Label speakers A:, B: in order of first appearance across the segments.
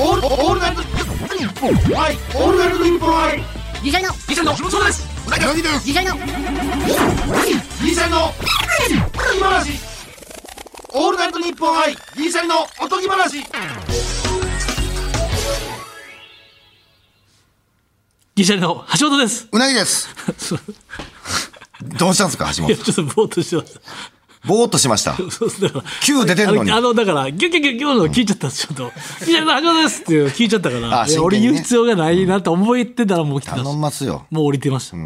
A: オールオールナイトニッポンはいオールナイトニッポンはい
B: ギリシャリの
C: ギリシャリのそうですうなぎです
B: ギリシャリの
A: ギリシャリのおとぎ話オールナイトニッポンはいギリシャリのおとぎ話
C: ギリシャリの橋本です
D: うなぎです。どうしたんですか、橋
C: いや
D: 本。
C: ちょっとぼーっとしてました
D: ぼーっとしました。
C: そうだから
D: 9出て
C: あ
D: んのに
C: の。あのだからギュギュギュギュの聞いちゃったんですちょっと「ギリシャリの橋本です」っていう聞いちゃったから、
D: あ
C: いや
D: 真
C: 俺
D: 剣にね
C: 言う必要がないなと思ってたらもう来てたし
D: 頼ん
C: も
D: ますよ。
C: う降りてました、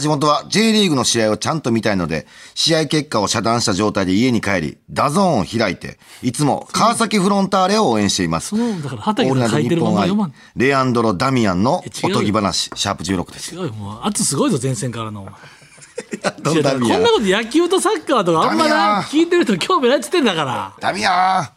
D: 橋本は J リーグの試合をちゃんと見たいので、試合結果を遮断した状態で家に帰り、ダゾーンを開いて、いつも川崎フロンターレを応援しています。
C: そのだから畑が書いてるまま読まん
D: レアンドロ・ダミアンのお
C: 違うよ
D: とぎ話、シャープ16です。
C: 違うよもう圧すごいぞ前線からのお前
D: ど
C: いやだからこんなこと野球とサッカーとかあん
D: ダ
C: ま
D: メや
C: な聞いてる人興味ないっつってんだから
D: ダミアン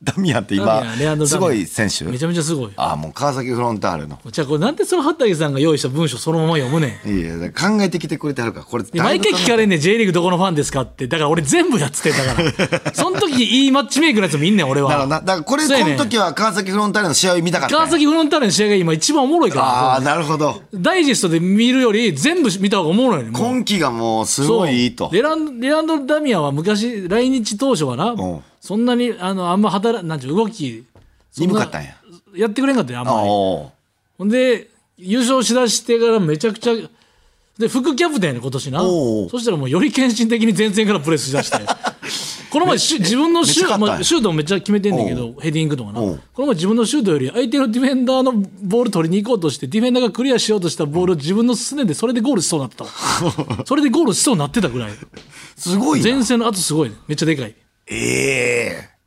D: ダミアンって
C: ダミアンレアンド
D: 今、
C: ダミア
D: す
C: ン
D: ごい選手
C: め。ちゃめちゃすごいよ
D: ああ、もう川崎フロンターレの。
C: じゃあこれなんでその畑さんが用意した文章そのまま読むねん
D: いやいや、考えてきてくれてはるから、これ、
C: で毎回聞かれんねん J リーグどこのファンですかってだから俺全部やっててだ からその時いいマッチメイクのやつもいんねん俺は
D: なるほどなだからこれ、
C: そうや
D: こ
C: ねん
D: の時は川崎フロンターレの試合を見たかったんや。
C: 川崎フロンターレの試合が今一番おもろい
D: あ
C: か
D: あ、なるほど。
C: らダイジェストで見るより全部見た方がおもろいねんもう
D: 今季がもうすごいいいと
C: そう。レランレランド・ダミアンは昔来日当初はな、
D: ん
C: そんなにあのあんま働なんていう動きそな
D: 鈍かったんや
C: やってくれんかったよあん
D: あ
C: ま
D: あ。
C: りほんで優勝しだしてからめちゃくちゃで副キャプテンやね今年な
D: おうおう
C: そしたらもうより献身的に前線からプレスし だしてこの前シュ自分のシ
D: めっちゃ勝っ
C: ュ,、
D: たんや
C: まあ、シュートもめっちゃ決めてんねんけどヘディングとかな
D: お
C: こ
D: う
C: の前自分のシュートより相手のディフェンダーのボール取りに行こうとしてディフェンダーがクリアしようとしたボールを自分のすねでそれでゴールしそうになったわ それでゴールしそうになってたぐらい
D: すごいな。
C: 前線の後すごいねめっちゃでかいめっ
D: ええ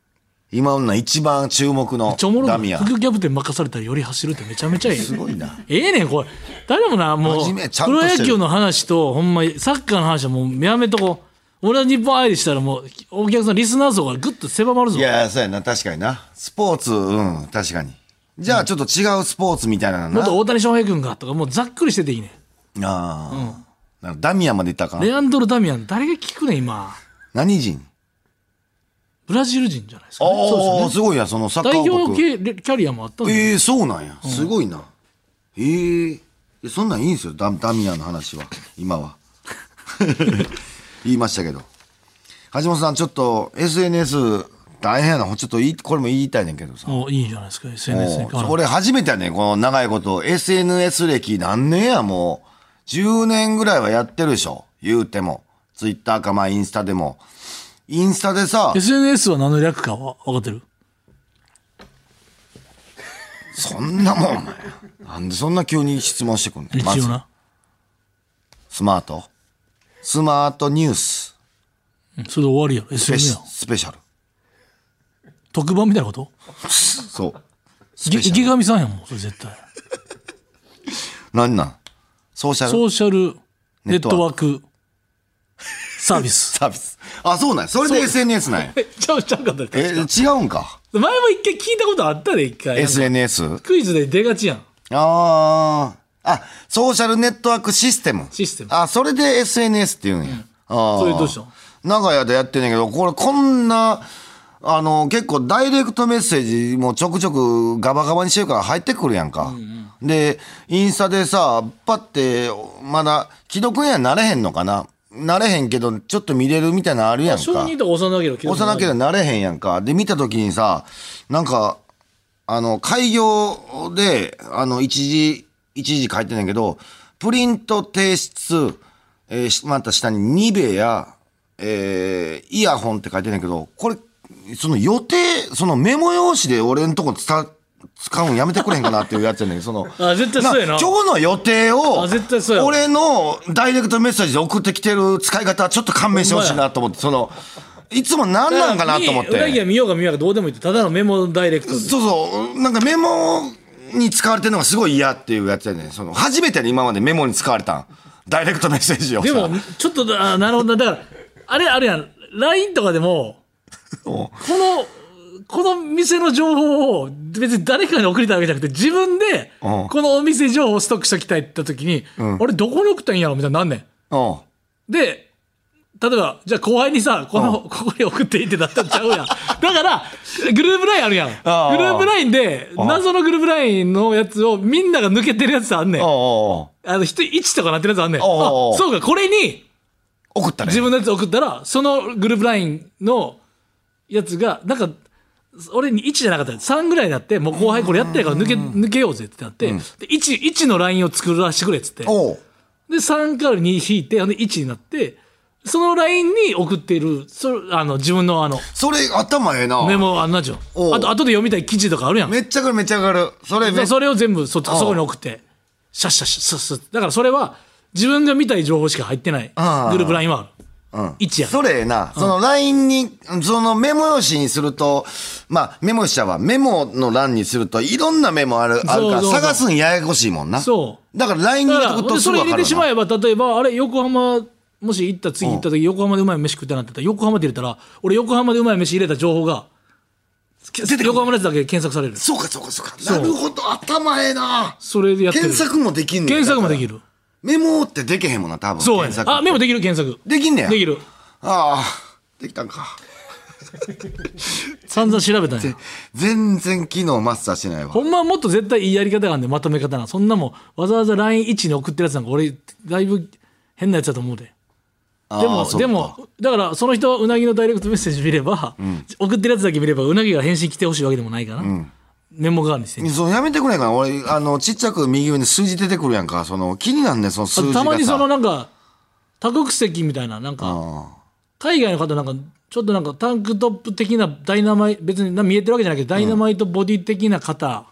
D: 今の一番注目の
C: ちゃおもろ
D: ダ
C: い
D: ミアン。
C: 副キャプテン任されたらより走るってめちゃめちゃいい
D: すごいな。
C: ええねんこれ誰もなもう
D: 真面目ちゃん
C: プ
D: と
C: ロ
D: してる
C: 野球の話とほんまサッカーの話はもうやめとこう俺は日本愛理したらもうお客さんリスナー層がぐっと狭まるぞ
D: いや、そうやな。確かにな。スポーツ、うん、確かに。じゃあ、ちょっと違うスポーツみたいなの
C: もっ
D: な。
C: と大谷翔平君がとかもうざっくりしてていいね
D: ああ。なんかダミアンまでいったらあか
C: んレ
D: な。
C: アンドロ・ダミアン誰が聞くねん今
D: 何人
C: ブラジル人じゃないですか、ね、そ
D: あ
C: う
D: あ、
C: です
D: す
C: よね
D: ごいな、そのサッカー
C: 代
D: 王
C: 表
D: 国。
C: 系キャリアもあったんで、
D: ええ、そうなんや。すごいな。ええ。いやそんなんいいんですよ、ダダミアンの話は。今は。 言いましたけど。橋本さん、ちょっと SNS 大変やな。ちょっといいこれも言いたいねんけどさ。
C: もういいじゃないですか SNS に
D: もう俺初めてやねんこの長いこと。SNS 歴何年や、もう。10年ぐらいはやってるでしょ。言うても。ツイッターか、まあインスタでも。インスタでさ、
C: SNS は何の略かは分かってる
D: そんなもん、お前。なんでそんな急に質問してくんねん。
C: 一
D: まず
C: 応な、
D: スマート。スマートニュース。
C: うんそれで終わりやろ
D: スペ
C: SNS
D: シ
C: や
D: スペシャル。
C: 特番みたいなこと
D: そう。スペシ
C: 池
D: ャル。
C: 上さんやもんそれ絶対
D: 何なんソーシャ
C: ソ
D: ル
C: ーシャルネットワークサービス。
D: サービス。あ、そうなんやそれで SNS なんや。
C: ちゃうちゃうかった
D: え、
C: 前も
D: 違うんか。
C: 一回聞いたことあったで、一回。
D: SNS?
C: クイズで出がちやん。
D: ああ。あ、ソーシャルネットワークシステム。
C: システム
D: あ、それで SNS って言うんや。ああ。
C: それどうしたの
D: 長屋でやってんねんけど、これこんな、あの、結構ダイレクトメッセージもちょくちょくガバガバにしてるから入ってくるやんか。で、インスタでさ、パって、まだ既読にはなれへんのかな。なれへんけど、ちょっと見れるみたいなのあるやんか。
C: 小2とか幼ければ記録
D: 幼ければなれへんやんか。で、見た時にさ、なんか、あの、開業で、あの、一時、一時書いてんねんけど、プリント提出、えーしまた下にニベや、えーイヤホンって書いてんねんけど、これ、その予定、そのメモ用紙で俺んとこ使、使うんやめてくれへんかなっていうやつやねんその。
C: あ絶対そうやな
D: 今日の予定を
C: あ絶対そうや、わ
D: 俺のダイレクトメッセージで送ってきてる使い方はちょっと勘弁してほしいなと思って、その、いつも何なんかなと思っ
C: 裏着
D: て。
C: は見ようが見ようがどうでもいいって、ただのメモダイレクトで。
D: そうそう、なんかメモに使われてるのがすごい嫌っていうやつやね。その、初めてね、今までメモに使われたん。ダイレクトメッセージを
C: で
D: さ。
C: も、ちょっと、あなるほど。だから、あれあるやん。LINE とかでも、
D: おう
C: この、この店の情報を別に誰かに送りたいわけじゃなくて自分で
D: うん
C: このお店情報をストックしときたいって言った時に、俺どこに送ったんやろみたいになんねん。
D: おう
C: で例えば、じゃあ後輩にさ、この、ここに送っていいってなったんちゃう やん。だから、グループラインあるやん。グル
D: ああ
C: ープラインで、謎のグループラインのやつをみんなが抜けてるやつあんねん。あ
D: おうおう
C: の、人1とかなってるやつあんねん。あ、
D: ああああ
C: そうか、これに
D: 送ったね。
C: 自分のやつ送ったら、そのグループラインのやつが、なんか、俺に1じゃなかった3ぐらいになって、もう後輩これやってるから抜け、抜けようぜってなって、で、1、1のラインを作らせてくれっつって。
D: おう
C: で、3から2引いて、ほんで1になって、そのラインに送っている、それあの、自分のあの、
D: それ頭ええな。
C: メモ、あの、なんちゅう
D: おう
C: のあと、後で読みたい記事とかあるやん。
D: めっちゃ上がるめっちゃ上がる。それめ
C: で
D: っちゃ
C: それを全部そ、そこに送って、シャッシャッシャッシャッシャッだからそれは、自分が見たい情報しか入ってない
D: あー
C: グループラインはある。1やん。
D: それええな。その LINE に、そのメモ用紙にすると、まあメモしちゃうわ。メモの欄にするといろんなメモある、ある
C: そ
D: か
C: うそ
D: ら
C: うそう
D: 探すんややこしいもんな。
C: そう。
D: だから LINE に
C: だ
D: 入
C: か
D: れ
C: ら、
D: とく
C: ほん
D: と
C: ですそ
D: ぐ
C: れ
D: わ
C: 入
D: か
C: れ
D: る
C: て
D: わ
C: し
D: な
C: まえば、例えば、あれ、横浜、もし行った、次行った時、横浜でうまい飯食ったなって言ったら、横浜で入れたら、俺、横浜でうまい飯入れた情報が、横浜のやつだけ検索される。
D: そうかそうかそうか。なるほど、頭ええな。
C: それでやってる。
D: 検索もできんねん
C: 検索もできる。
D: メモってでけへんもんな、多分。
C: そうやね
D: 検。索
C: あ、メモできる検索。
D: できんねや。
C: できる。
D: ああ、できたんか。
C: 散々調べたんや。
D: 全然機能マスターしてないわ。
C: ほんまはもっと絶対いいやり方があるんで、まとめ方な。そんなもん、わざわざ LINE1 に送ってるやつなんか、俺、だいぶ変なやつだと思うで。
D: あー
C: でも、
D: そうか
C: でも、だから、その人はうなぎのダイレクトメッセージ見れば、送ってるやつだけ見れば、うなぎが返信来てほしいわけでもないから、メモ代わりにしてる。
D: そうやめてくれんかな俺あのちっちゃく右上に数字出てくるやんかその気になんねんその数字がさ
C: たまにそのなんか、多国籍みたいな、なんか、海外の方なんか、ちょっとなんかタンクトップ的なダイナマイ別にな見えてるわけじゃないけど、ダイナマイトボディ的な方、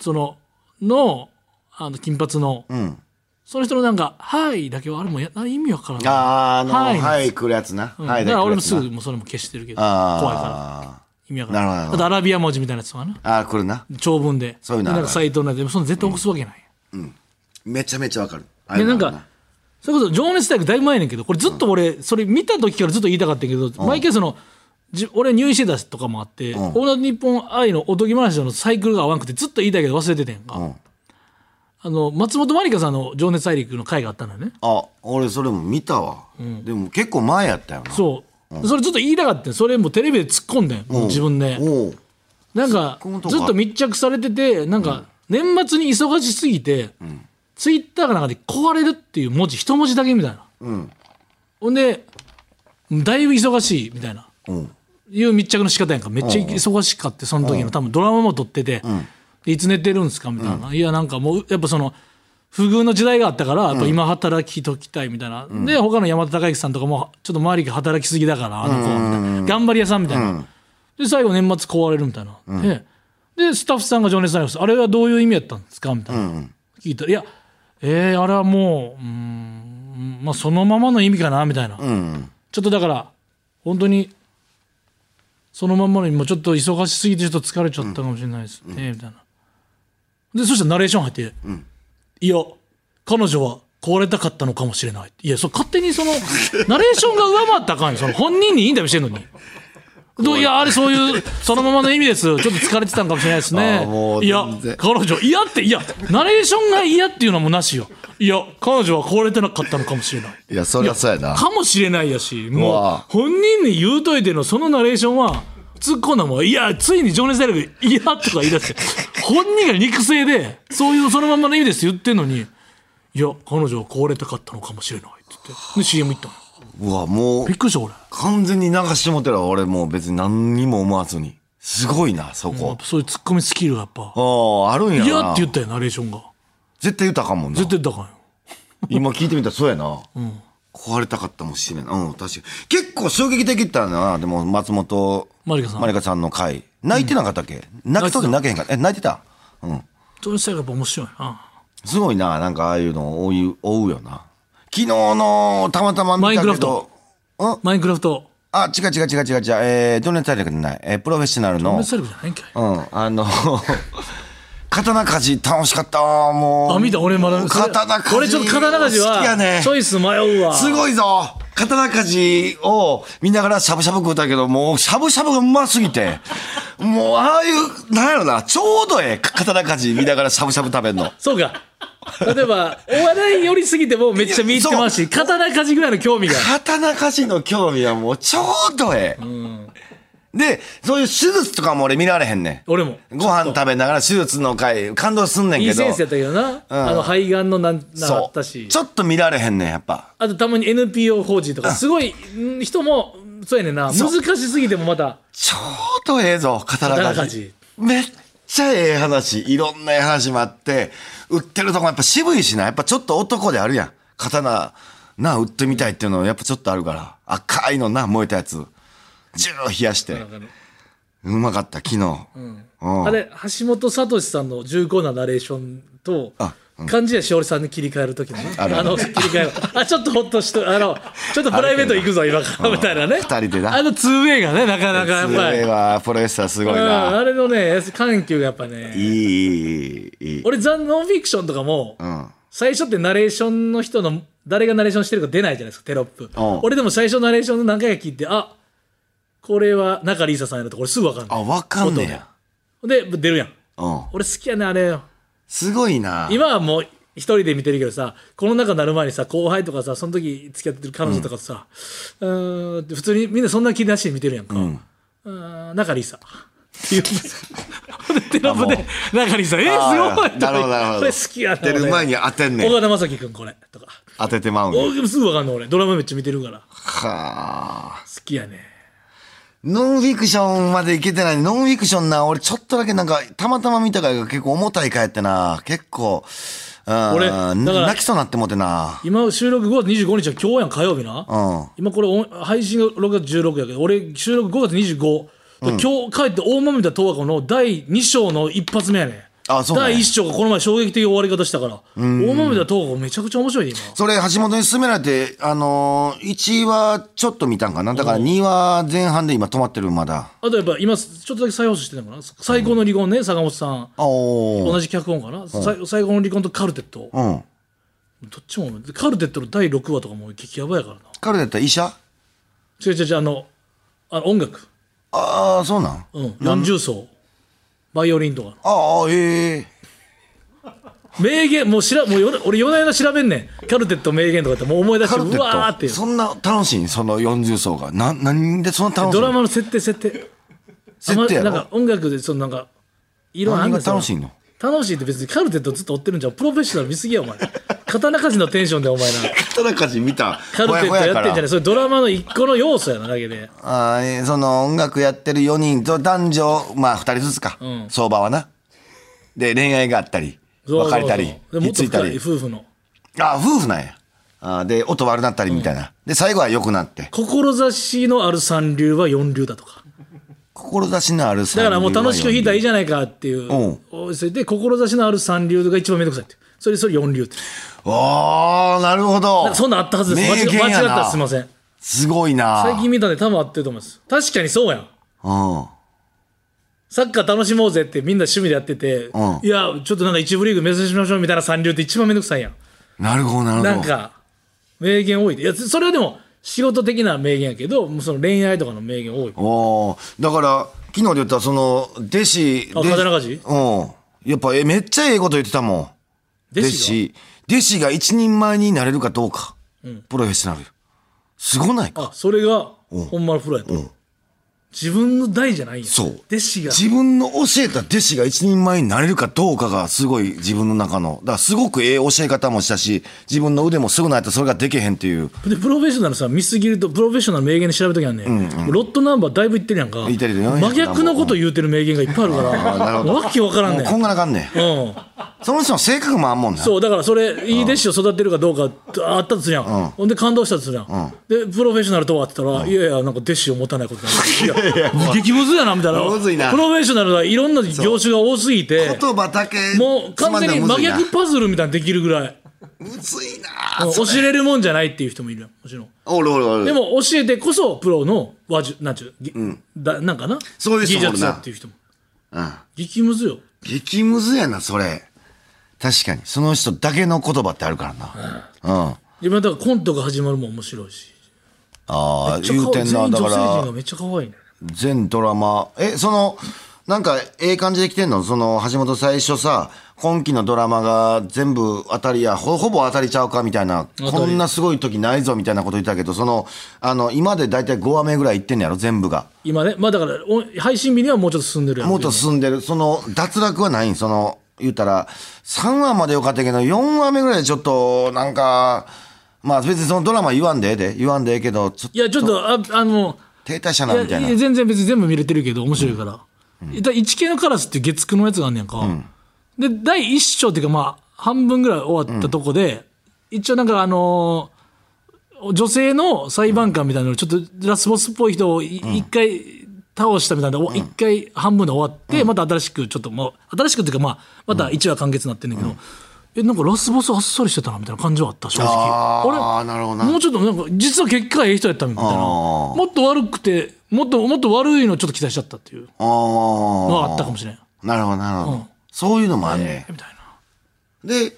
C: その、の、あの、金髪の、
D: ん
C: その人のなんか、はいだけはあれもやな意味わからない。
D: あーあの
C: はい
D: はい来るやつな、
C: うん
D: は
C: だ
D: い
C: から俺もす
D: 来るや
C: ぐ
D: つな
C: もうそれも消してるけど、
D: あー
C: 怖いから。意味わから
D: なるほ
C: な
D: ど
C: い。あとアラビア文字みたいなやつとかな。
D: ああ来るな
C: 長文で。
D: そういうのあ
C: で
D: る
C: なんかサイトのやつでもその絶対起こすわけない。
D: めちゃめちゃわかるあ
C: で
D: れ
C: なんかそれこそ「情熱大陸」だいぶ前やねんけどこれずっと俺それ見た時からずっと言いたかったけど毎回そのじ俺入院してたとかもあって「オールナイトニッポン愛」のおとぎ話のサイクルが合わんくてずっと言いたいけど忘れててんか、
D: ん
C: あの松本まりかさんの「情熱大陸」の回があったんだよね
D: あ俺それも見たわ、でも結構前やったよな
C: そう、それずっと言いたかったんそれもテレビで突っ込んでんもう自分で
D: おう
C: なんか
D: 込むとこ
C: ずっと密着されててなんか年末に忙しすぎて、ツイッターがなんかで「壊れる」っていう文字一文字だけみたいな、ほんでだいぶ忙しいみたいな、いう密着の仕方やんかめっちゃ忙しかってその時の多分ドラマも撮ってて、でいつ寝てるんですかみたいな、いやなんかもうやっぱその不遇の時代があったからやっぱ今働きときたいみたいな、で他の山田孝之さんとかもちょっと周りが働きすぎだからあの子はみたいな頑張り屋さんみたいな。で最後年末壊れるみたいな、ででスタッフさんが「情熱大陸」あれはどういう意味やったんですか?」みたいな、聞いたら「いやえー、あれはもううーん、まあ、そのままの意味かな」みたいな、ちょっとだから本当にそのまんまの意味もうちょっと忙しすぎてちょっと疲れちゃったかもしれないですね、みたいなでそしたらナレーション入って「いや彼女は壊れたかったのかもしれない」いやそれ勝手 にそのナレーションが上回ったらあかんよその本人にインタビューしてんのに。どういや、あれそういう、そのままの意味です。ちょっと疲れてたんかもしれないです
D: あ
C: ね
D: ーも。う
C: いや
D: 全然、
C: 彼女、いやって、いや、ナレーションが嫌っていうのもなしよ。いや、彼女は壊れてなかったのかもしれない。
D: いやそりゃそうやな
C: かもしれないやし、
D: う
C: も
D: わ
C: う、本人に言うといてのそのナレーションは、突っ込んだもん、いや、ついに情熱大陸、いや、とか言い 出して、本人が肉声で、そういうそのままの意味です言ってんのに、いや、彼女は壊れたかったのかもしれないって言って、で、CM 行ったの。
D: うわもう
C: びっくりした、俺。
D: 完全に流してもてるわ俺もう別に何にも思わずにすごいなそ
C: やっ
D: こ、
C: ぱそういうツッコミスキルがやっぱ、
D: あああるんやない
C: やって言ったよ、ナレーションが。
D: 絶対豊かんもんな
C: 絶対だからよ。
D: 今聞いてみたらそうやな、壊れたかったもしれないうん確かに結構衝撃的だったなでも松本
C: マリカさん
D: マリカさんの回泣いてなかったっけ、泣く時泣けへんかったえ泣いてたうん
C: どうしたらやっぱ面白いな。
D: すごいななんかああいうのを追う追うよな昨日のたまたま見たけど
C: マインクラフト
D: うん
C: マインクラフト、
D: あ違う違う違う違う違うえー、情熱大陸じゃない、えープロフェッショナル
C: 情
D: の
C: 熱大陸じゃないんかい。
D: うん、あの、 刀鍛冶楽しかったわもう。
C: あ、見た、俺まだ。
D: 刀鍛冶。
C: 俺ちょっと刀鍛
D: 好
C: 冶
D: きや
C: は、
D: ね。
C: チョイス迷うわ。
D: すごいぞ刀鍛冶を見ながらしゃぶしゃぶ食うたけど、もうしゃぶしゃぶがうますぎて、もうああいう、なんやろな、ちょうどええ、刀鍛冶見ながらしゃぶしゃぶ食べんの。
C: そうか。例えば、お笑い寄りすぎてもめっちゃ見入ってますし、刀鍛冶ぐらいの興味が。
D: 刀鍛冶の興味はもうちょうどええ。で、そういう手術とかも俺見られへんね
C: 俺も。
D: ん。ご飯食べながら手術の回、感動すんねんけ
C: い
D: ど。
C: い先生だったけどな。あの、肺がんのなん、なあ
D: そ
C: った
D: う。
C: し
D: ち。ょっと見られへんねん、やっぱ。
C: あとたまに NPO 法人とか、すごいん人も、そうやねんな。難
D: そう
C: しすぎてもまた、
D: ちょうどええぞ、刀鍛
C: 刀鍛
D: 冶。めっちゃええ話、いろんなええ話もあって、売ってるとこやっぱ渋いしな、やっぱちょっと男であるやん。刀、な、売ってみたいっていうのやっぱちょっとあるから。赤いのな、燃えたやつ。ジュー冷やして。うまかった、昨日。うん
C: あれ、橋本聡さんの重厚なナレーションと、
D: あ
C: 漢字やしおりさんに切り替えるときのね、
D: あるある
C: の切り替えをあ、ちょっとほっとしと、あの、ちょっとプライベート行くぞ、今から、みたいなね。
D: 二人でな
C: あの 2way がね、なかなかやっぱり。
D: 上はプロレスラーすごい
C: うんあ
D: な。
C: れのね、緩急がやっぱね。
D: いい、いい、いい。
C: 俺、ザ・ノンフィクションとかも、最初ってナレーションの人の、誰がナレーションしてるか出ないじゃないですか、テロップ。
D: ん
C: 俺でも最初ナレーションの何回か聞いて、あこれは中里依紗さんやなとこれすぐ分かんな
D: あ、
C: い。
D: わかんねや。
C: で、出るやん。
D: うん。
C: 俺好きやねんあれよ。
D: すごいな。
C: 今はもう一人で見てるけどさ、この中になる前にさ、後輩とかさ、その時付き合ってる彼女とかとさ、うーん、って普通にみんなそんな気なしに見てるやんか。うん、ーん中 里依紗。っていうほんでテロップで中里依紗、え
D: あー
C: ー、すごい
D: なるほどなるほど
C: これ好きやねん
D: 出る前に
C: 俺
D: 当てんねん
C: 小。形正樹君これとか。
D: 当ててまうんや。
C: おでもすぐ分かんの俺、ドラマめっちゃ見てるから。好
D: はあ。
C: きやねん。
D: ノンフィクションまでいけてない。ノンフィクションな、俺ちょっとだけなんか、たまたま見た回が結構重たい回やってな。結構、うん
C: 俺だから
D: 泣きそうなってもうてな。
C: 今収録5月25日は今日やん火曜日な、
D: うん
C: 今これオン配信が6月16やけど俺収録5月25、今日帰って大豆田十和子の第2章の一発目やね
D: あそうなんや
C: 第1章がこの前衝撃的終わり方したから大豆田十和子めちゃくちゃ面白いね今
D: それ、橋本に勧められて、あのー、1はちょっと見たんかな。だから2は前半で今止まってる、まだ。
C: あとやっぱ今ちょっとだけ再放送してたのかな最高の離婚ね坂本さん
D: あお
C: 同
D: ー。
C: じ脚本かな、さい最高の離婚とカルテット、
D: うん。
C: どっちもカルテットの第6話とかもう激ヤバやからな
D: 彼だったら医者
C: 違う違う違うあのあの音楽、
D: ああ、そうなん。
C: うん、40層バイオリンとかの
D: ああ、ええ
C: 名言もうしらもうよ俺夜な夜な調べんねんカルテット名言とかってもう思い出して
D: カルテ
C: うわーっ
D: ッ
C: て
D: ト。そんな楽しいんその40層が。な、なんでそんな楽しい
C: ド
D: ん
C: ラマの設定設定
D: 設定や
C: あんま
D: ろ
C: なんか音楽でそのなんかいろいろあ
D: 何
C: んね
D: が
C: んそ
D: 楽しいの
C: 楽しいって別にカルテットずっと追ってるんじゃんプロフェッショナル見すぎやお前刀鍛冶のテンションでお前な
D: 刀鍛冶見た。
C: カルテット
D: ほほ
C: やってん
D: か
C: じゃな
D: ら
C: いそれドラマの一個の要素やなだけで
D: あーえーその音楽やってる4人と男女、まあ2人ずつか、
C: ん
D: 相場はな。で、恋愛があったり、
C: そうそう
D: 別れたり、
C: そうで
D: ひ
C: も
D: っ
C: っ
D: つ
C: と
D: いた
C: 深い
D: り。
C: 夫婦の
D: あー、夫婦なんや。あーで、音悪なったりみたいな。で、最後は良くなって。
C: 志のある三流は四流だとか
D: 志のある
C: だからもう楽しく弾いたらいい
D: じ
C: じゃないかっていう、
D: うん
C: おそれで志のある三流が一番めんどくさいってそれそれ四流って
D: ゃん。おー、なるほ
C: な
D: ど。
C: んかそんなんあったはずです。間
D: 名
C: 違
D: 言やな
C: 間違ったらすいません。
D: すごいな
C: 最近見たんで多分合ってると思います。確かにそうやん。
D: うん。
C: サッカー楽しもうぜってみんな趣味でやってて、
D: うん
C: いや、ちょっとなんか一部リーグ目指しましょうみたいな三流って一番めんどくさいやん。
D: なるほど、なるほど。
C: なんか、名言多いで。いや、それはでも仕事的な名言やけど、もうその恋愛とかの名言多い。
D: おーだから昨日で言ったらその弟子
C: あ
D: 弟子
C: 刀
D: う
C: 鍛
D: んやっぱえめっちゃええこと言ってたもん
C: 弟
D: 弟
C: 子
D: 子弟子が一人前になれるかどうか、プロフェッショナルすごないか
C: があ、それが、ほんまのプロやと。自分の代じゃないやん。
D: そう
C: 弟子が。
D: 自分の教えた弟子が一人前になれるかどうかがすごい自分の中のだからすごくええ教え方もしたし自分の腕もすぐないとそれができへんっていう
C: でプロフェッショナルさ見すぎるとプロフェッショナル名言で調べるときはね、ロットナンバーだいぶいってるやんか
D: いってるよ
C: 真逆のこと言うてる名言がいっぱいあるか
D: あーなる
C: ら
D: ほど
C: わけわからん
D: も
C: ね
D: うんこんがらかんねん
C: うん、
D: その人の性格もあんもんな
C: そうだからそれいい弟子を育てるかどうかあったとするやん、ほんで感動したとするやん、でプロフェッショナルとはって言ったら、いやいやなんか弟子を持たないこと なんだいや激ムズやなみたいな
D: むずいな
C: プロフェッショナルはいろんな業種が多すぎて
D: 言葉だけ
C: もう
D: つま
C: 完
D: んだ
C: 全
D: ら
C: に
D: む
C: 真
D: ずいな
C: 逆パズルみたいなのできるぐらい
D: むずいな
C: うん教えれるもんじゃないっていう人もいるやんもちろん
D: おるおるおる
C: でも教えてこそプロの話術なんちゅう、ぎだなんかな
D: そういう人もお
C: 技
D: るな
C: 術者っていう人も
D: うん
C: 激ムズよ
D: 激ムズやな、それ。確かに。その人だけの言葉ってあるからな。うん。あ
C: 今だからコントが始まるも面白いし
D: あー、
C: めっちゃ
D: 言
C: 可
D: う
C: 愛
D: て
C: い
D: ん
C: 全
D: な。
C: 員
D: だ
C: 女
D: か
C: 性陣が
D: ら、
C: めっちゃ可愛いね
D: 全ドラマ。え、その、なんか、ええ感じで来てんのその、橋本最初さ、今期のドラマが全部当たりや、ほほぼ当たりちゃうかみたいな、
C: 当たり
D: こんなすごい時ないぞみたいなこと言ってたけど、その、あの、今で大体5話目ぐらい行ってんのやろ全部が。
C: 今ねまあだからお配信日にはもうちょっと進んでるやろう
D: もっ
C: け
D: と
C: ど
D: 進んでる。その、脱落はないんその、言ったら、3話までよかったけど、4話目ぐらいでちょっと、なんか、まあ別にそのドラマ言わんでええで、言わんでええけど、ちょっ
C: いやちょっとああの
D: 停滞したな、み
C: い
D: た
C: や
D: い
C: い
D: な
C: や。全然別に全部見れてるけど面白いから、だから1系のカラスっていう月9のやつがあんねやんか、で第1章っていうかまあ半分ぐらい終わったとこで、一応なんかあのー女性の裁判官みたいなのちょっとラスボスっぽい人をい一回倒したみたいなお一回半分で終わって、また新しくちょっともう新しくっていうかまあまた1話完結になってんだけど、えなんかラスボスあっさりしてたなみたいな感じはあった正直
D: ああ、なるほどな。
C: もうちょっとなんか実は結果がええ人やったみたいな
D: あー
C: もっと悪くてもっともっと悪いのをちょっと期待しちゃったっていう
D: あ
C: の
D: あ
C: はあったかもしれん
D: なるほど、なるほど。
C: うん
D: そういうのもあんね。
C: みたいな
D: で、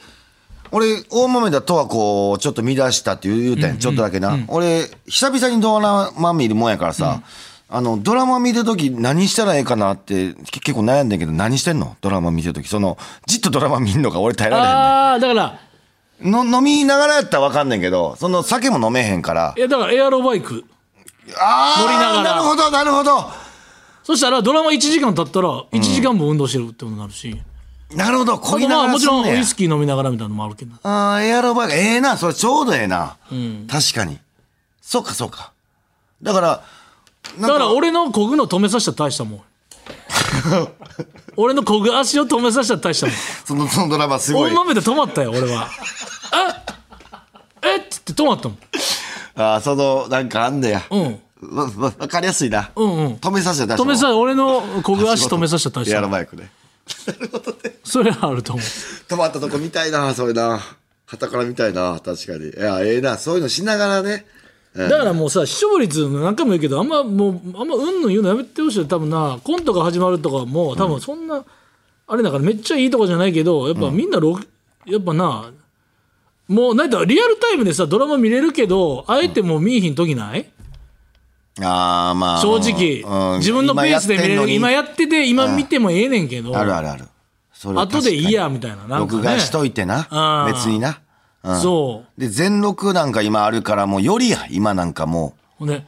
D: 俺、大豆田とはこう、ちょっと乱したって言うてん、ちょっとだけな。俺、久々にドラマ見るもんやからさ、あの、ドラマ見てるとき何したらええかなってけ結構悩んでんけど、何してんのドラマ見てるとき。その、じっとドラマ見んのが俺耐えられへんね
C: ああーだから
D: んの。飲みながらやったらわかんねんけど、その酒も飲めへんから。
C: いやだからエアロバイク
D: あ
C: 乗りな
D: あ、
C: がら
D: なるほど、なるほど。
C: そしたらドラマ1時間経ったら1時間も運動してるってことになるし、
D: なるほど、
C: あ
D: こ
C: と
D: ぎ
C: ま
D: な
C: あ
D: がら
C: もち
D: す
C: ろ
D: ん
C: んウ
D: ねや
C: イスキー飲みながらみたいなのもあるけど
D: ああ、エアロバイク、ええな、それちょうどええな。確かに。そうか、そうか。だから、な
C: だ
D: ん
C: から俺のこぐの止めさせたら大したもん俺のこぐ足を止めさせたら大した も
D: その、
C: ん
D: そのドラマすご
C: 大
D: い。
C: 豆で止まったよ俺はええっつって止まったもん
D: ああ、その、なんかあんだや。
C: うん
D: わ、わ、わかりやすいな。
C: うんうん
D: 止めさせて出した
C: 止
D: もん
C: めさ俺のこぐ足止めさせたら大し
D: エア
C: た
D: ロ
C: もん
D: バイクで。
C: それはあると思う
D: 止まったとこ見たいな、それな。旗から見たいな、確かに。いや、ええな、そういうのしながらね。
C: だからもうさ視聴率何回も言うけどあんまもうあんまうんぬん言うのやめてほしいよ多分なコントが始まるとかも多分そんな、あれだからめっちゃいいとこじゃないけどやっぱみんなろ、やっぱなもうなんだリアルタイムでさドラマ見れるけどあえてもう見えひん時ない、
D: ああ、まあ。
C: 正直、
D: うん
C: 自分のペースで見れる今
D: やっ
C: やってて今見てもええねんけど、
D: てんのにあるあるある。それは
C: 後
D: 確か
C: で
D: に
C: いいやみたいななんか、ね、
D: 録画しといてな。
C: うん
D: 別にな。うん
C: そう
D: で、全録なんか今あるから、もうよりや、今なんかも
C: ほんで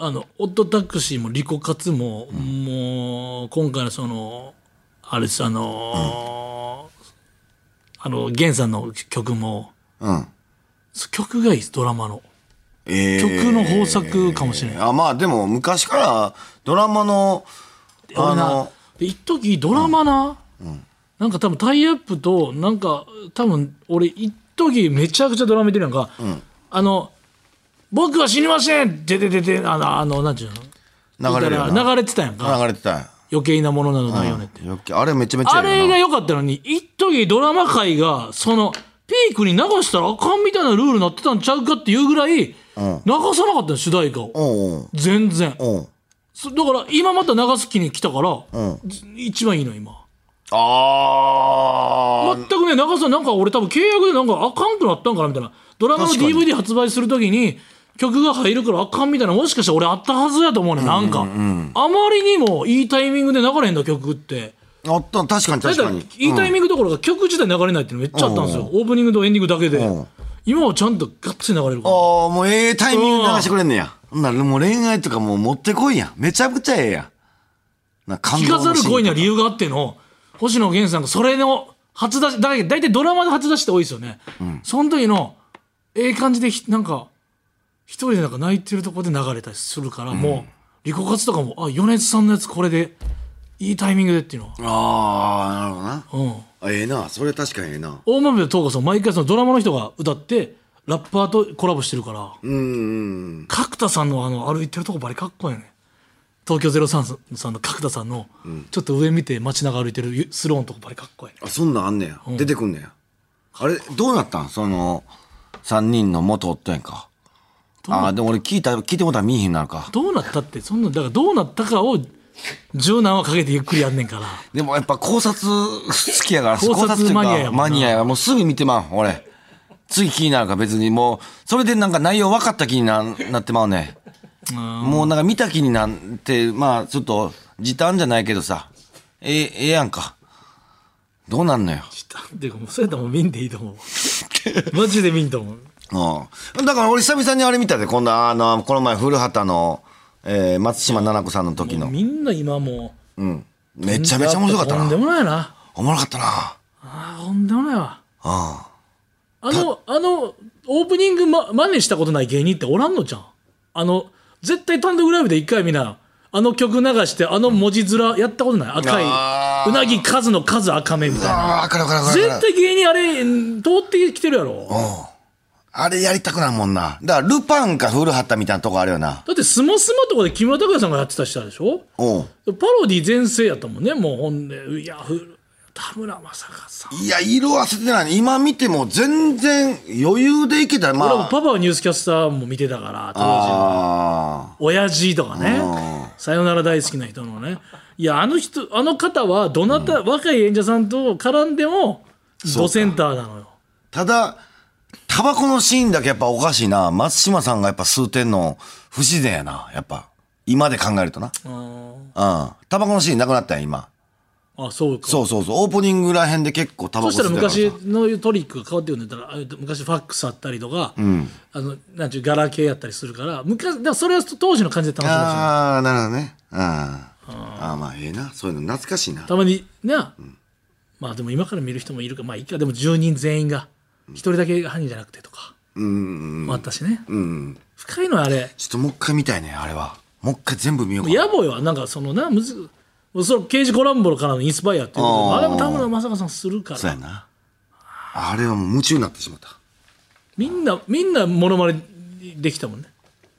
C: あのオットタクシーもリコカツも、もう今回のそのあれですあのーあの源さんの曲も
D: う。うん。
C: そ曲がいいですドラマの
D: えー
C: 曲の豊作かもしれない、
D: あ、まあでも昔からドラマの、あ
C: 俺な
D: の、
C: で一時ドラマな、なんか多分タイアップとなんか多分俺一時めちゃくちゃドラマ見てるやんか、あの「僕は死にません!」でででであのあのなんていうの
D: 流れるよな
C: 流れてたやんか
D: 流れてたや
C: 余計なものなどないよねって、
D: んよっけあれめちゃめちゃ
C: あ
D: ええ
C: れが
D: な
C: 良かったのに一時ドラマ界がそのピークに流したらあかんみたいなルールになってたんちゃうかっていうぐらい流さなかったの主題歌を
D: おう
C: 全然
D: おうおう
C: そだから今また流す気に来たから、
D: ん
C: ず一番いいの今
D: あ
C: 全くね長さんなんか俺多分契約でなんかあかんくなったんかなみたいなドラマの
D: 確かに
C: DVD 発売するときに曲が入るからあかんみたいなもしかしたら俺あったはずやと思うねんなんか、あまりにもいいタイミングで流れへんだ曲って。
D: ーあった確かに確か
C: だ
D: に
C: からいいタイミングどころか曲自体流れないっていうのめっちゃあったんですよ、オープニングとエンディングだけで、
D: うん
C: 今はちゃんとがっつり流れるから
D: ああもうええタイミングで流してくれんねやほんならもう恋愛とかもう持ってこいやんめちゃくちゃええやんな感
C: 聞
D: 動
C: か
D: のシー
C: ざ
D: ン
C: る恋には理由があっての星野源さんがそれの初出しだ大体ドラマで初出しって多いですよね、その時のええ感じでひなんか一人でなんか泣いてるとこで流れたりするから、もう「リコカツ」とかも「あ米津さんのやつこれでいいタイミングで」っていうのは、
D: ああなるほどな
C: うん、
D: あええなそれ確かにええな
C: 大豆田東子さん毎回そのドラマの人が歌ってラッパーとコラボしてるから
D: うんうんうん
C: 角田さんのあの歩いてるとこばりかっこいいよね東京03さんの角田さんのちょっと上見て街中歩いてるスローのとこばりかっこいいね
D: あそんなんあんねや、出てくんねやあれどうなったんその3人の元夫やんかああでも俺聞いた聞いてもらったら見えへんなるか
C: どうなったってそんなだからどうなったかを柔軟はかけてゆっくりやんねんから
D: でもやっぱ考察好きやから
C: 考察
D: というか
C: マニアやもんな
D: マニアやからもうすぐ見てまう俺次気になるから別にもうそれでなんか内容分かった気にななってまうね
C: うん
D: もうなんか見た気になってまあちょっと時短じゃないけどさええ、ええやんか。どうなんのよ。
C: ていうかもうそれともう見んでいいと思う マジで見んと思う
D: うん。だから俺久々にあれ見たで、今度、あの、この前、古畑の、えー松島菜々子さんの時の。
C: みんな今もう
D: うん。めちゃめちゃ面白かった
C: とんで
D: な。
C: もないな
D: おもろかったな。
C: あーとんでもないわ
D: あ
C: あのあのオープニング、ま、真似したことない芸人っておらんのじゃんあの絶対単独ライブで一回みんなあの曲流してあの文字面やったことない
D: あ
C: 赤
D: ー
C: いうなぎ数の数赤目みたいな
D: あ。ああ、分かる分かる分かる。
C: 絶対芸人あれん通ってきてるやろだ
D: あれやりたくないもんな。だから、ルパンか古畑みたいなとこあるよな。
C: ってスマスマとかで木村拓哉さんがやってた人でしょ
D: おう
C: パロディ全盛やったもんねもうほんでいやふ田村正和さん
D: いや、色あせてない。今見ても全然余裕でいけた。ま
C: 俺も
D: あ。
C: パパはニュースキャスターも見てたから当時は
D: あ
C: 親父とかね
D: うん
C: さよなら大好きな人のねいやあの人あの方はどなた、若い演者さんと絡んでもドセンターなのよ
D: ーただ、タバコのシーンだけやっぱおかしいな。松島さんがやっぱ吸うてんの不自然やな。やっぱ。今で考えるとな。うん。
C: あ
D: タバコのシーンなくなったやん、今。
C: ーあそうか
D: そうそうそう。オープニングらへんで結構タバ
C: そ
D: コ
C: し
D: 吸ったてた
C: ら
D: からさ
C: 昔のトリックが変わってくるんだったらあ昔ファックスあったりとか、あのなんちゅうガラケーやったりするから昔だからそれは当時の感じで楽しみましょう
D: ああ、なるほどね。うん。ああー、まあええな。そういうの懐かしいな。
C: たまにな、まあでも今から見る人もいるかまあいいかでも10人全員が1人だけ犯人じゃなくてとかもあったしね、深いのはあれ
D: ちょっともう一回見たいね、あれは。もう一回全部見ようかな。
C: 野暮よなんかそのなむずその刑事コランボロからのインスパイアっていうこと
D: あ
C: も
D: ー
C: あれも田村正和さんするか
D: そうや
C: ら
D: な。あれはもう夢中になってしまった。
C: みんなみんなモノマネできたもんね、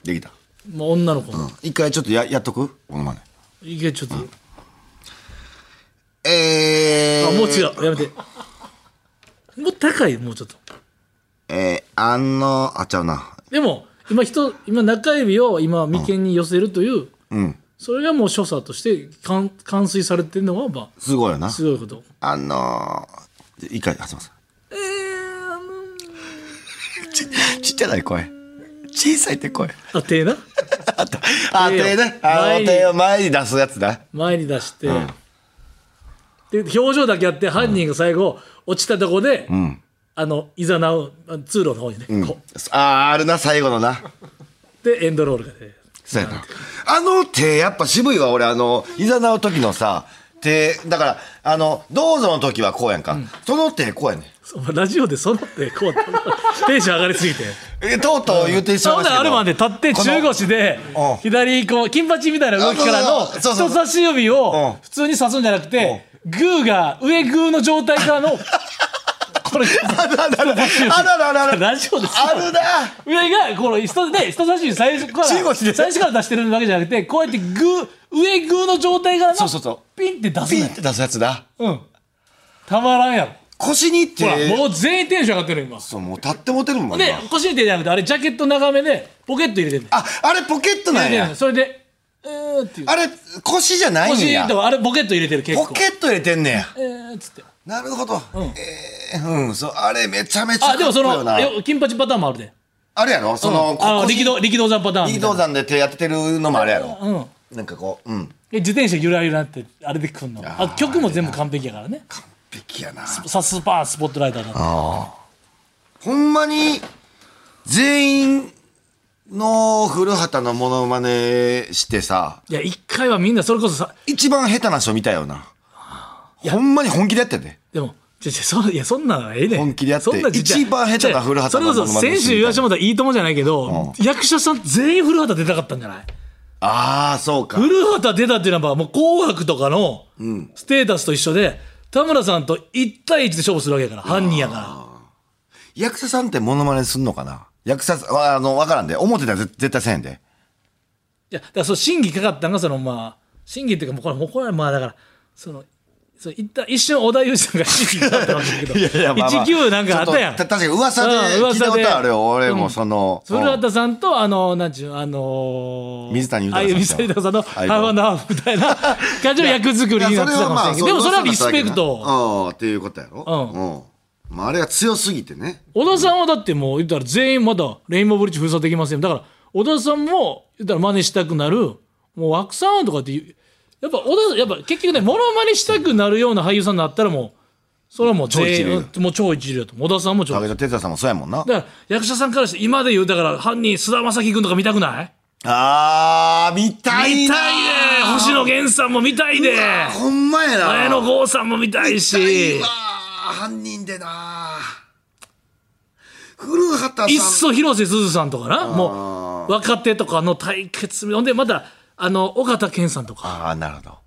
D: できた。
C: まあ、女の子の、
D: 一回ちょっとややっとくこのまね。
C: いけちょっと、
D: えー、
C: あもう違うやめてもう高いもうちょっと
D: えー、あの、あちゃうな。
C: でも今人今中指を今眉間に寄せるという、
D: うん。
C: それがもう所作として完完遂されてるのはまあ
D: すごいよな。
C: すごいこと
D: あのー、一回、あ、すいません。ちちっちゃない声。小さいって声。
C: あ手な
D: あ、
C: 手よ
D: 手ね。あ
C: 前
D: の
C: に
D: 手を前に出すやつだ。
C: 前に出して、で表情だけやって犯人が最後落ちたとこで、あのいざなうあ通路の方にね、こ
D: あー、あるな、最後のな。
C: うでエンドロールが出て
D: そうやな。あの手、やっぱ渋いわ、俺、あの、いざなう時のさ、手、だから、あの、どうぞの時はこうやんか。その手、こうやねん。
C: そうラジオでそのってこう テンション上がりすぎて
D: えとうとう言ってしまい
C: そ
D: ま
C: ん
D: したけ
C: な
D: ど
C: んあれまで立って
D: この
C: 中腰で
D: うん
C: 左こう金八みたいな動きからの
D: あそうそうそうそうそう
C: 人差し指を
D: うん
C: 普通に刺すんじゃなくてグーが上グーの状態からの これ
D: あららららあらららら
C: ラジオです
D: あるな
C: 上がこの人で人差し指最初から
D: 中腰で
C: 最初から出してるわけじゃなくてこうやってグー上グーの状態からの
D: そうそうそう
C: ピンって出す
D: ピ
C: ね
D: ンって出すやつだ
C: うんたまらんやろ
D: 腰にって
C: ほらもう全員テンション上がってるよ今
D: そうもう立ってもてるもん
C: で
D: な
C: 腰に手じゃなくてあれジャケット長めでポケット入れてんねん
D: ああれポケットなん
C: 入れてんね
D: や
C: んそれでうーんっていう
D: あれ腰じゃないんや
C: 腰とかあれポケット入れてる結構
D: ポケット入れてんねや
C: えーっつって
D: なるほどえーうんそうあれめちゃめちゃか
C: あ
D: っ
C: でもそ
D: こいいよ
C: の
D: な
C: よ金八パターンもあるで
D: あれやろその
C: あの
D: こ腰
C: 力道力道山パターンみ
D: 力
C: たいな
D: 道山で手当ててるのもあれやろ
C: うん
D: なんかこううん
C: え自転車ゆらゆらってあれで来んのあ曲も全部完璧やからね
D: ピキやな
C: サスパースポットライターだった
D: ほんまに全員の古畑のモノマネしてさ
C: いや一回はみんなそれこそさ
D: 一番下手な人見たよな。ほんまに本気でやってて。
C: でもちょちょそいやそんなんええねん
D: 本気でやって
C: そんなちっちゃい
D: 一番下手な古畑
C: それこそ
D: の真似し
C: 先
D: てみたい
C: 週言わしてもらったらいいともじゃないけど、役者さん全員古畑出たかったんじゃない
D: ああ、そうか。
C: 古畑出たっていうのはもう「紅白」とかのステータスと一緒で田村さんと1対1で勝負するわけやから犯人やから
D: 役者さんってモノマネすんのかな役者さん、ああの、わからんで。表では絶絶対せえへんで。
C: いやだからその審議かかったんがそのまあ審議っていうかもうこれもうこれはまあだからその。その一旦一瞬織田裕二さんが審議かかったわ けだけど19なんかあったやん
D: ちょと確かに噂で
C: うん
D: 聞いた
C: 噂
D: こ
C: で
D: とあるよ。俺もその。
C: 古
D: うん
C: 畑さんと、あの、なんちゅう、あのー、
D: 水谷豊
C: あ
D: さん
C: 水谷豊さんの、ハ
D: 相
C: ー
D: 棒
C: フハーフみたい な感じの役作りになってたかもしれんけど、でもそれはリスペクト。
D: うん、っていうことやろ。うん。まあ、あれが強すぎてね。
C: 小田さんはだってもう、言ったら全員まだレインボーブリッジ封鎖できませんよ。だから、小田さんも、言ったら真似したくなる、もう枠さんとかって言う、やっぱ小田さんやっぱ結局ねモノマネしたくなるような俳優さんになったらもうそれはもう全
D: 超
C: 員
D: 一
C: もう超一流だと思う小田さんも超一
D: 武
C: 流
D: 田鉄矢さんもそうやもんな。
C: だから役者さんからして今で言うだから犯人菅田将暉君とか見たくない
D: あー、見たい
C: 見
D: な
C: たいで星野源さんも見たいで
D: ほんまやな。
C: 綾野剛さんも見たいし
D: 見たいわ犯人でな古畑
C: いっ
D: さん。
C: そ広瀬すずさんとかなもう若手とかの対決ほんでまたあの岡田健さんとか
D: あー、なるほど。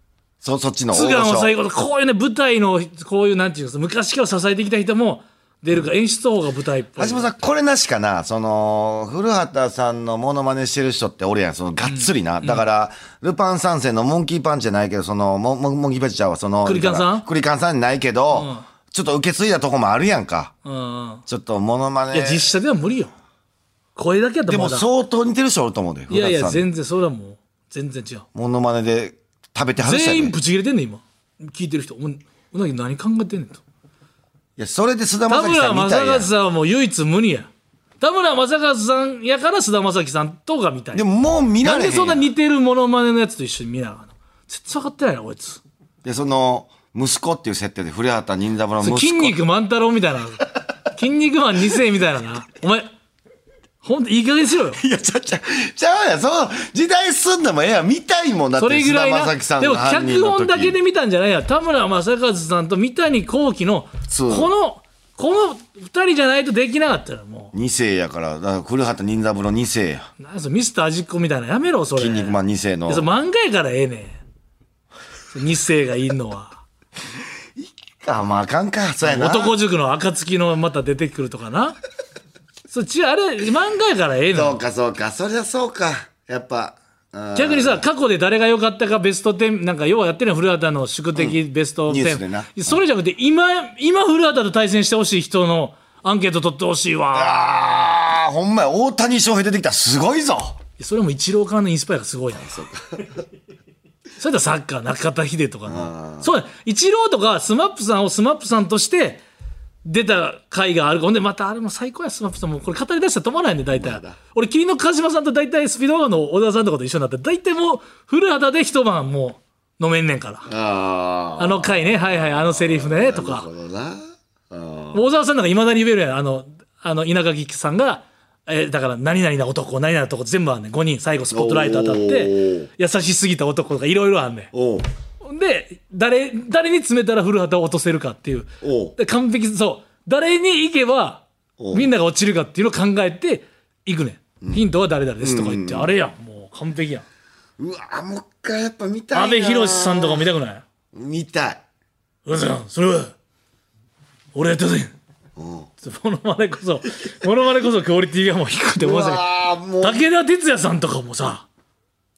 D: そ、そっちの
C: 津
D: 大御
C: 川を最
D: 所。
C: 後のこういうね舞台のこういうなんていうんですか昔から支えてきた人も出るから演出の方が舞台っぽい
D: 橋本さん、これなしかな。その、古畑さんのモノマネしてる人っておるやん。その、がっつりな。だから、ルパン三世のモンキーパンチじゃないけど、その、モモモンキーパンチちゃうわ。その、
C: クリカンさん
D: クリカンさんじゃないけど、ちょっと受け継いだとこもあるやんか。
C: うんうん
D: ちょっとモノマ
C: い
D: ネ
C: や。実写では無理よ声だけやった
D: で
C: ら
D: も
C: まだ
D: 相当似てる人おると思うで。
C: いやい
D: 古
C: や
D: 畑さん
C: 全然それはもう全然違う
D: モノマネで食べてはる人や
C: 全
D: で
C: 員ブチ切れてんねん今聞いてる人もううなぎ何考えてんねんと
D: いや、それで菅田
C: 田
D: 将暉さ
C: 村
D: んみ
C: 正
D: たいや
C: 和
D: ん。
C: さんはもう唯一無二や田村正和さんやから菅田将暉さんとかみたい
D: でももう見ら
C: なん
D: れへん
C: で
D: や
C: そ
D: ん。
C: んな似てるモノマネのやつと一緒に見ながら絶対分かってないなこいつ
D: で、その、息子っていう設定で、古畑任三郎の息子。
C: 筋肉万太郎 みたいな筋肉マン2世みたいななお前ほんといい加減にしろよ
D: いや、ちゃうちゃう、ちゃうやん。その、時代進んでもええやん。見たいもんだっ
C: そ
D: て、
C: れぐ
D: 菅
C: らい
D: 田
C: な
D: 将暉さん
C: でも
D: が犯人
C: 脚
D: の時
C: 本だけで見たんじゃないや田村正和さんと三谷幸喜の
D: そう
C: このこの2人じゃないとできなかったらも
D: 二世やから、だから古畑任三郎二世や。
C: うなんそのミスター味っ子みたいなやめろそれ
D: 筋肉マン二世の
C: いや。それ漫画やからええねんその日世がいんのは
D: あ、まあ、あかんか。そうやな。
C: 男塾の暁のまた出てくるとかなそっちあれ漫画やからええ
D: そ
C: の
D: うか、そうか。そりゃそうか。やっぱ。うん
C: 逆にさ過去で誰が良かったかベスト10なんか要はやってるの古畑の宿敵ベスト
D: ニュースで
C: 10、
D: な
C: それじゃなくて今今古畑と対戦してほしい人のアンケート取ってほしいわ
D: ああ、ほんまや。大谷翔平出てきたらすごいぞ。
C: それも一郎からのインスパイアがすごいな それだサッカー中田秀とかなそうだ一郎とかスマップさんをスマップさんとして出た回があるほんでまたあれも最高やスマップさんもうこれ語り出したら止まらないんで大体、俺桐の川島さんと大体スピードワゴンの小田さんとかと一緒になって大体もう古畑で一晩もう飲めんねんから
D: ああ。
C: あの回ね、はいはい、あのセリフね、と
D: なる
C: か
D: ほ。どな。
C: 大沢さんなんかいまだに言えるやん。あの、あの、稲垣さんが、えーだから、何々な男、何々な男、全部あんねん。5人、最後スポットライト当たっ
D: お
C: て
D: ー、
C: 優しすぎた男とか、いろいろあんねん。
D: おう。
C: ほんで、誰、誰に詰めたら古畑を落とせるかっていう
D: おう。
C: で完璧、そう。誰に行けば、
D: おう
C: みんなが落ちるかっていうのを考えて、行くねん。ヒントは誰々ですとか言って、あれやん、もう完璧やん。
D: うわ、もう一回やっぱ見たいな。
C: 阿部寛さんとか見たくない
D: 見たい。
C: うざんそれは俺やったぜモノマネこそモノマネこそクオリティがもう低くて
D: う
C: まさ
D: わーもう。
C: に武田鉄矢さんとかもさ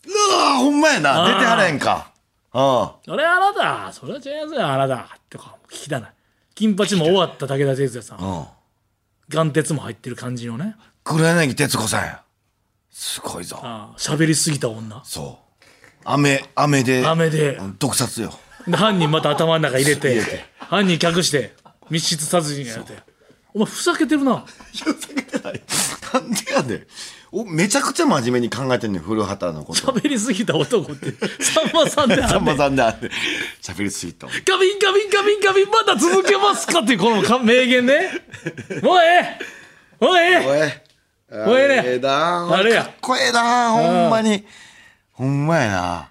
D: うわーほんまやな。
C: あー
D: 出てはらへんか。
C: 「それあなたそれは違いますよあなた」とか聞きたない金八も終わった武田鉄矢さ
D: うんん。うん。
C: 眼鉄も入ってる感じのね
D: 黒柳徹子さんや。すごいぞ。
C: ああ喋りすぎた女
D: そう。雨、雨で。
C: 雨で
D: うん毒殺よ。
C: で犯人また頭の中入れて
D: 入れて
C: 犯人隠して密室殺人やってお前ふざけてるない
D: や、ふざけてない。なんでやで。お、めちゃくちゃ真面目に考えてんねん、古畑のこと。
C: 喋りすぎた男ってさんまさんであ
D: さ
C: ん
D: ん
C: ねん
D: まさんであって。喋りすぎた。
C: ガビンガビンガビンガビンまだ続けますかっていうこのか名言ね。もうええもうええ
D: おい。
C: もうええね
D: ええな
C: あれや
D: かっこええなほんまに。ほんまやなあ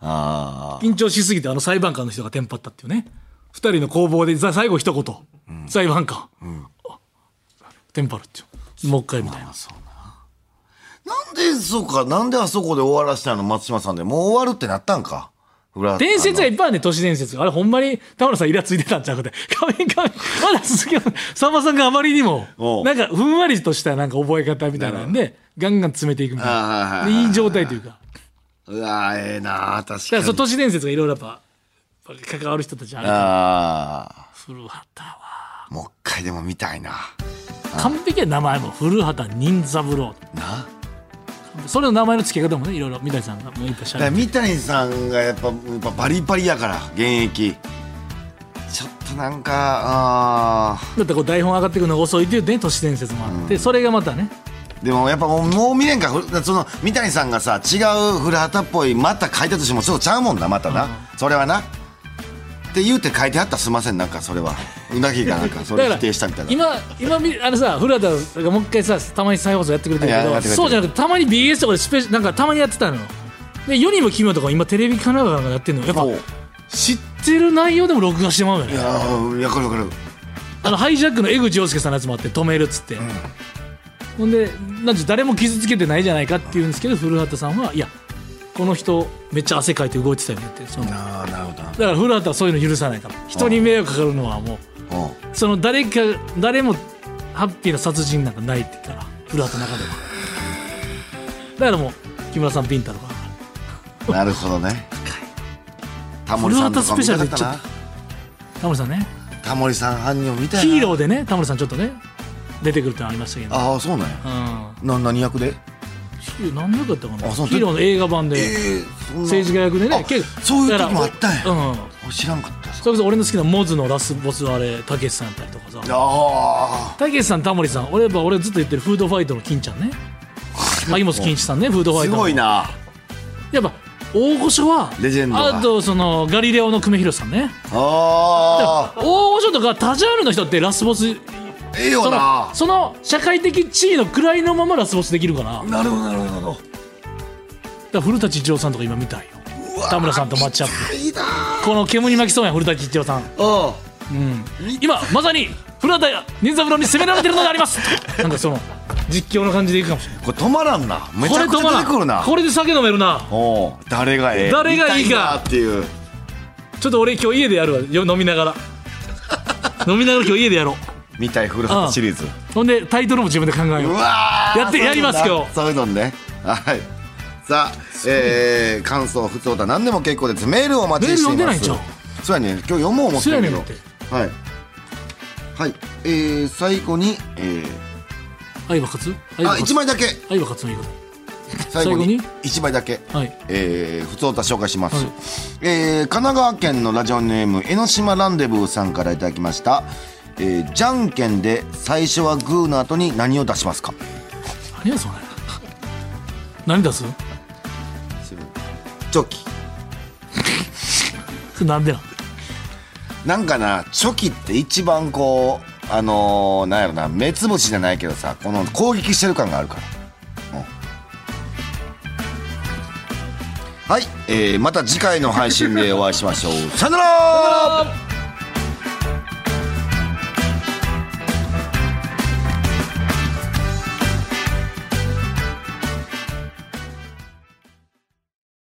D: あ。
C: 緊張しすぎてあの裁判官の人がテンパったっていうね。二人の攻防でざ最後一言。裁判官。あテンパるっていう。もう一回みたいな。
D: なんで、そうか、なんであそこで終わらせたの、松島さんで。もう終わるってなったんか。裏
C: 伝説はいっぱいあるね、都市伝説が。あれほんまに田村さんイラついてたんちゃうかって。ガビンガビン。まだ続けます。さんまさんがあまりにも
D: お、う
C: なんかふんわりとしたなんか覚え方みたいなんで、ガンガン詰めていくみたい
D: あはいはい
C: な。
D: はい
C: でいい状態というか。
D: あのうわーええな確
C: だか
D: から
C: そ
D: に
C: の。都市伝説がいろいろやっぱやっぱ関わる人たちあるから
D: あ
C: 古畑は
D: あ。もう一回でも見たいな。
C: 完璧や名前も古畑任三郎
D: な
C: それの名前の付け方もねいろいろ三谷さんがもう言ったし
D: だ
C: ゃ
D: から
C: べ
D: 三谷さんがやっぱやっぱバリバリやから、現役。ちょっとなんか、ああ。
C: だってこう台本上がってくるのが遅いっていうね都市伝説もあって、それがまたね
D: でもやっぱもうもう見れんかふその三谷さんがさ違う古畑っぽいまた書いたとしてもちょっとちゃうもんなまたな、それはなって言うて書いてあったらすいませんなんかそれはうなぎがなんかそれ否
C: だから
D: 定したみたいな
C: 今今みあのさ古田がもう一回さたまに再放送やってくれてるけ
D: いやや
C: ど
D: ってくれてる
C: そうじゃなくてたまに BS とかでスペシャルなんかたまにやってたのよで世にも奇妙とか今テレビ神奈川がやってるのよやっぱ
D: そう
C: 知ってる内容でも録画してまうよ
D: い
C: ね
D: やーいやわかるわかる
C: あのハイジャックの江口洋介さんのやつもあって止めるっつって、ほんでなんて誰も傷つけてないじゃないかって言うんですけど古畑さんはいやこの人めっちゃ汗かいて動いてたよねってそのだか
D: ああなるほどな
C: ら古畑はそういうの許さないから人に迷惑かかるのはもう
D: うん
C: その誰か誰もハッピーな殺人なんかないって言ったら古畑の中ではだからもう木村さんピン太郎が
D: なるほどね。タモ
C: 古
D: リさんとか
C: 畑
D: 見
C: スペシャ
D: た
C: ル
D: かっ
C: で言っち
D: た
C: ゃっ
D: な。
C: たタモリさんね
D: タモリさん犯人を見たいな。
C: ヒーローでねタモリさんちょっとね出てくるってのありましたけど
D: ああ、そうなんや。
C: うん
D: な何役で？
C: ヒーロー何役だったか
D: あ
C: な
D: そう
C: ヒーローの映画版で、
D: ええそんな
C: 政治家役でね
D: あ
C: けど
D: そういう
C: だから
D: 時もあったんや
C: うん
D: お知らんかったです。
C: それこそ俺の好きなモズのラスボスはあれたけしさんやったりとかさ
D: あ
C: たけしさんタモリさん俺やっぱ俺ずっと言ってるフードファイトの金ち ゃんね萩本欽一さんねフードフ
D: あ、
C: ァイ
D: す
C: トの
D: ごいな。
C: やっぱ大御所は
D: レジェンドが
C: あとそのガリレオの久米宏さんね
D: あ
C: 大御所とか他ジャンルの人ってラスボ
D: あ、
C: ス
D: ええよ
C: そ
D: な
C: の。その社会的地位の位のままラスボスできるからだか
D: なるほどなるほど。
C: ら古舘一郎さんとか今見たいよ田村さんとマッチアップ
D: いいな。
C: この煙に巻きそうやん古舘一郎さん
D: あ
C: 今まさに古畑任三郎に攻められてるのでありますなんかその実況の感じでいくかもしれない
D: あ、これ止まらんな。めち
C: これ
D: ゃくち
C: 止ま
D: ゃ出
C: ら
D: てくる
C: ん
D: な。
C: これで酒飲めるな
D: おお、誰がええ？
C: 誰がいいか
D: 見たなっていう。
C: ちょっと俺今日家でやるわよ飲みなが ら飲みながら今日家でやろう
D: 見たい古畑シリーズ。
C: ほんでタイトルも自分で考え
D: う
C: よう
D: わー
C: やってやります今日
D: そういうのねはいさあ、えー、感想普通だ何でも結構ですメールをお待ちしています
C: メール読んでないん
D: そうやね今日読もう思ってるけど
C: そう
D: は
C: やねん
D: いはいえー、最後に、えー、
C: 愛は勝つ愛は
D: あ
C: 勝つ
D: 一枚だけ
C: 愛は勝つのいいこ
D: 最後に
C: 最後に
D: 一枚だけ
C: とはい
D: えー、普通歌紹介します、
C: はい
D: えー神奈川県のラジオネーム江ノ島ランデブーさんからいただきました、えー、じゃんけんで最初はグーの後に何を出しますか
C: 何やそれ何出す
D: チョキ
C: それなんでなん
D: なんかなチョキって一番こうあのー、なんやろな目つぶしじゃないけどさこの攻撃してる感があるから、うんはい、えーまた次回の配信でお会いしましょうさよなら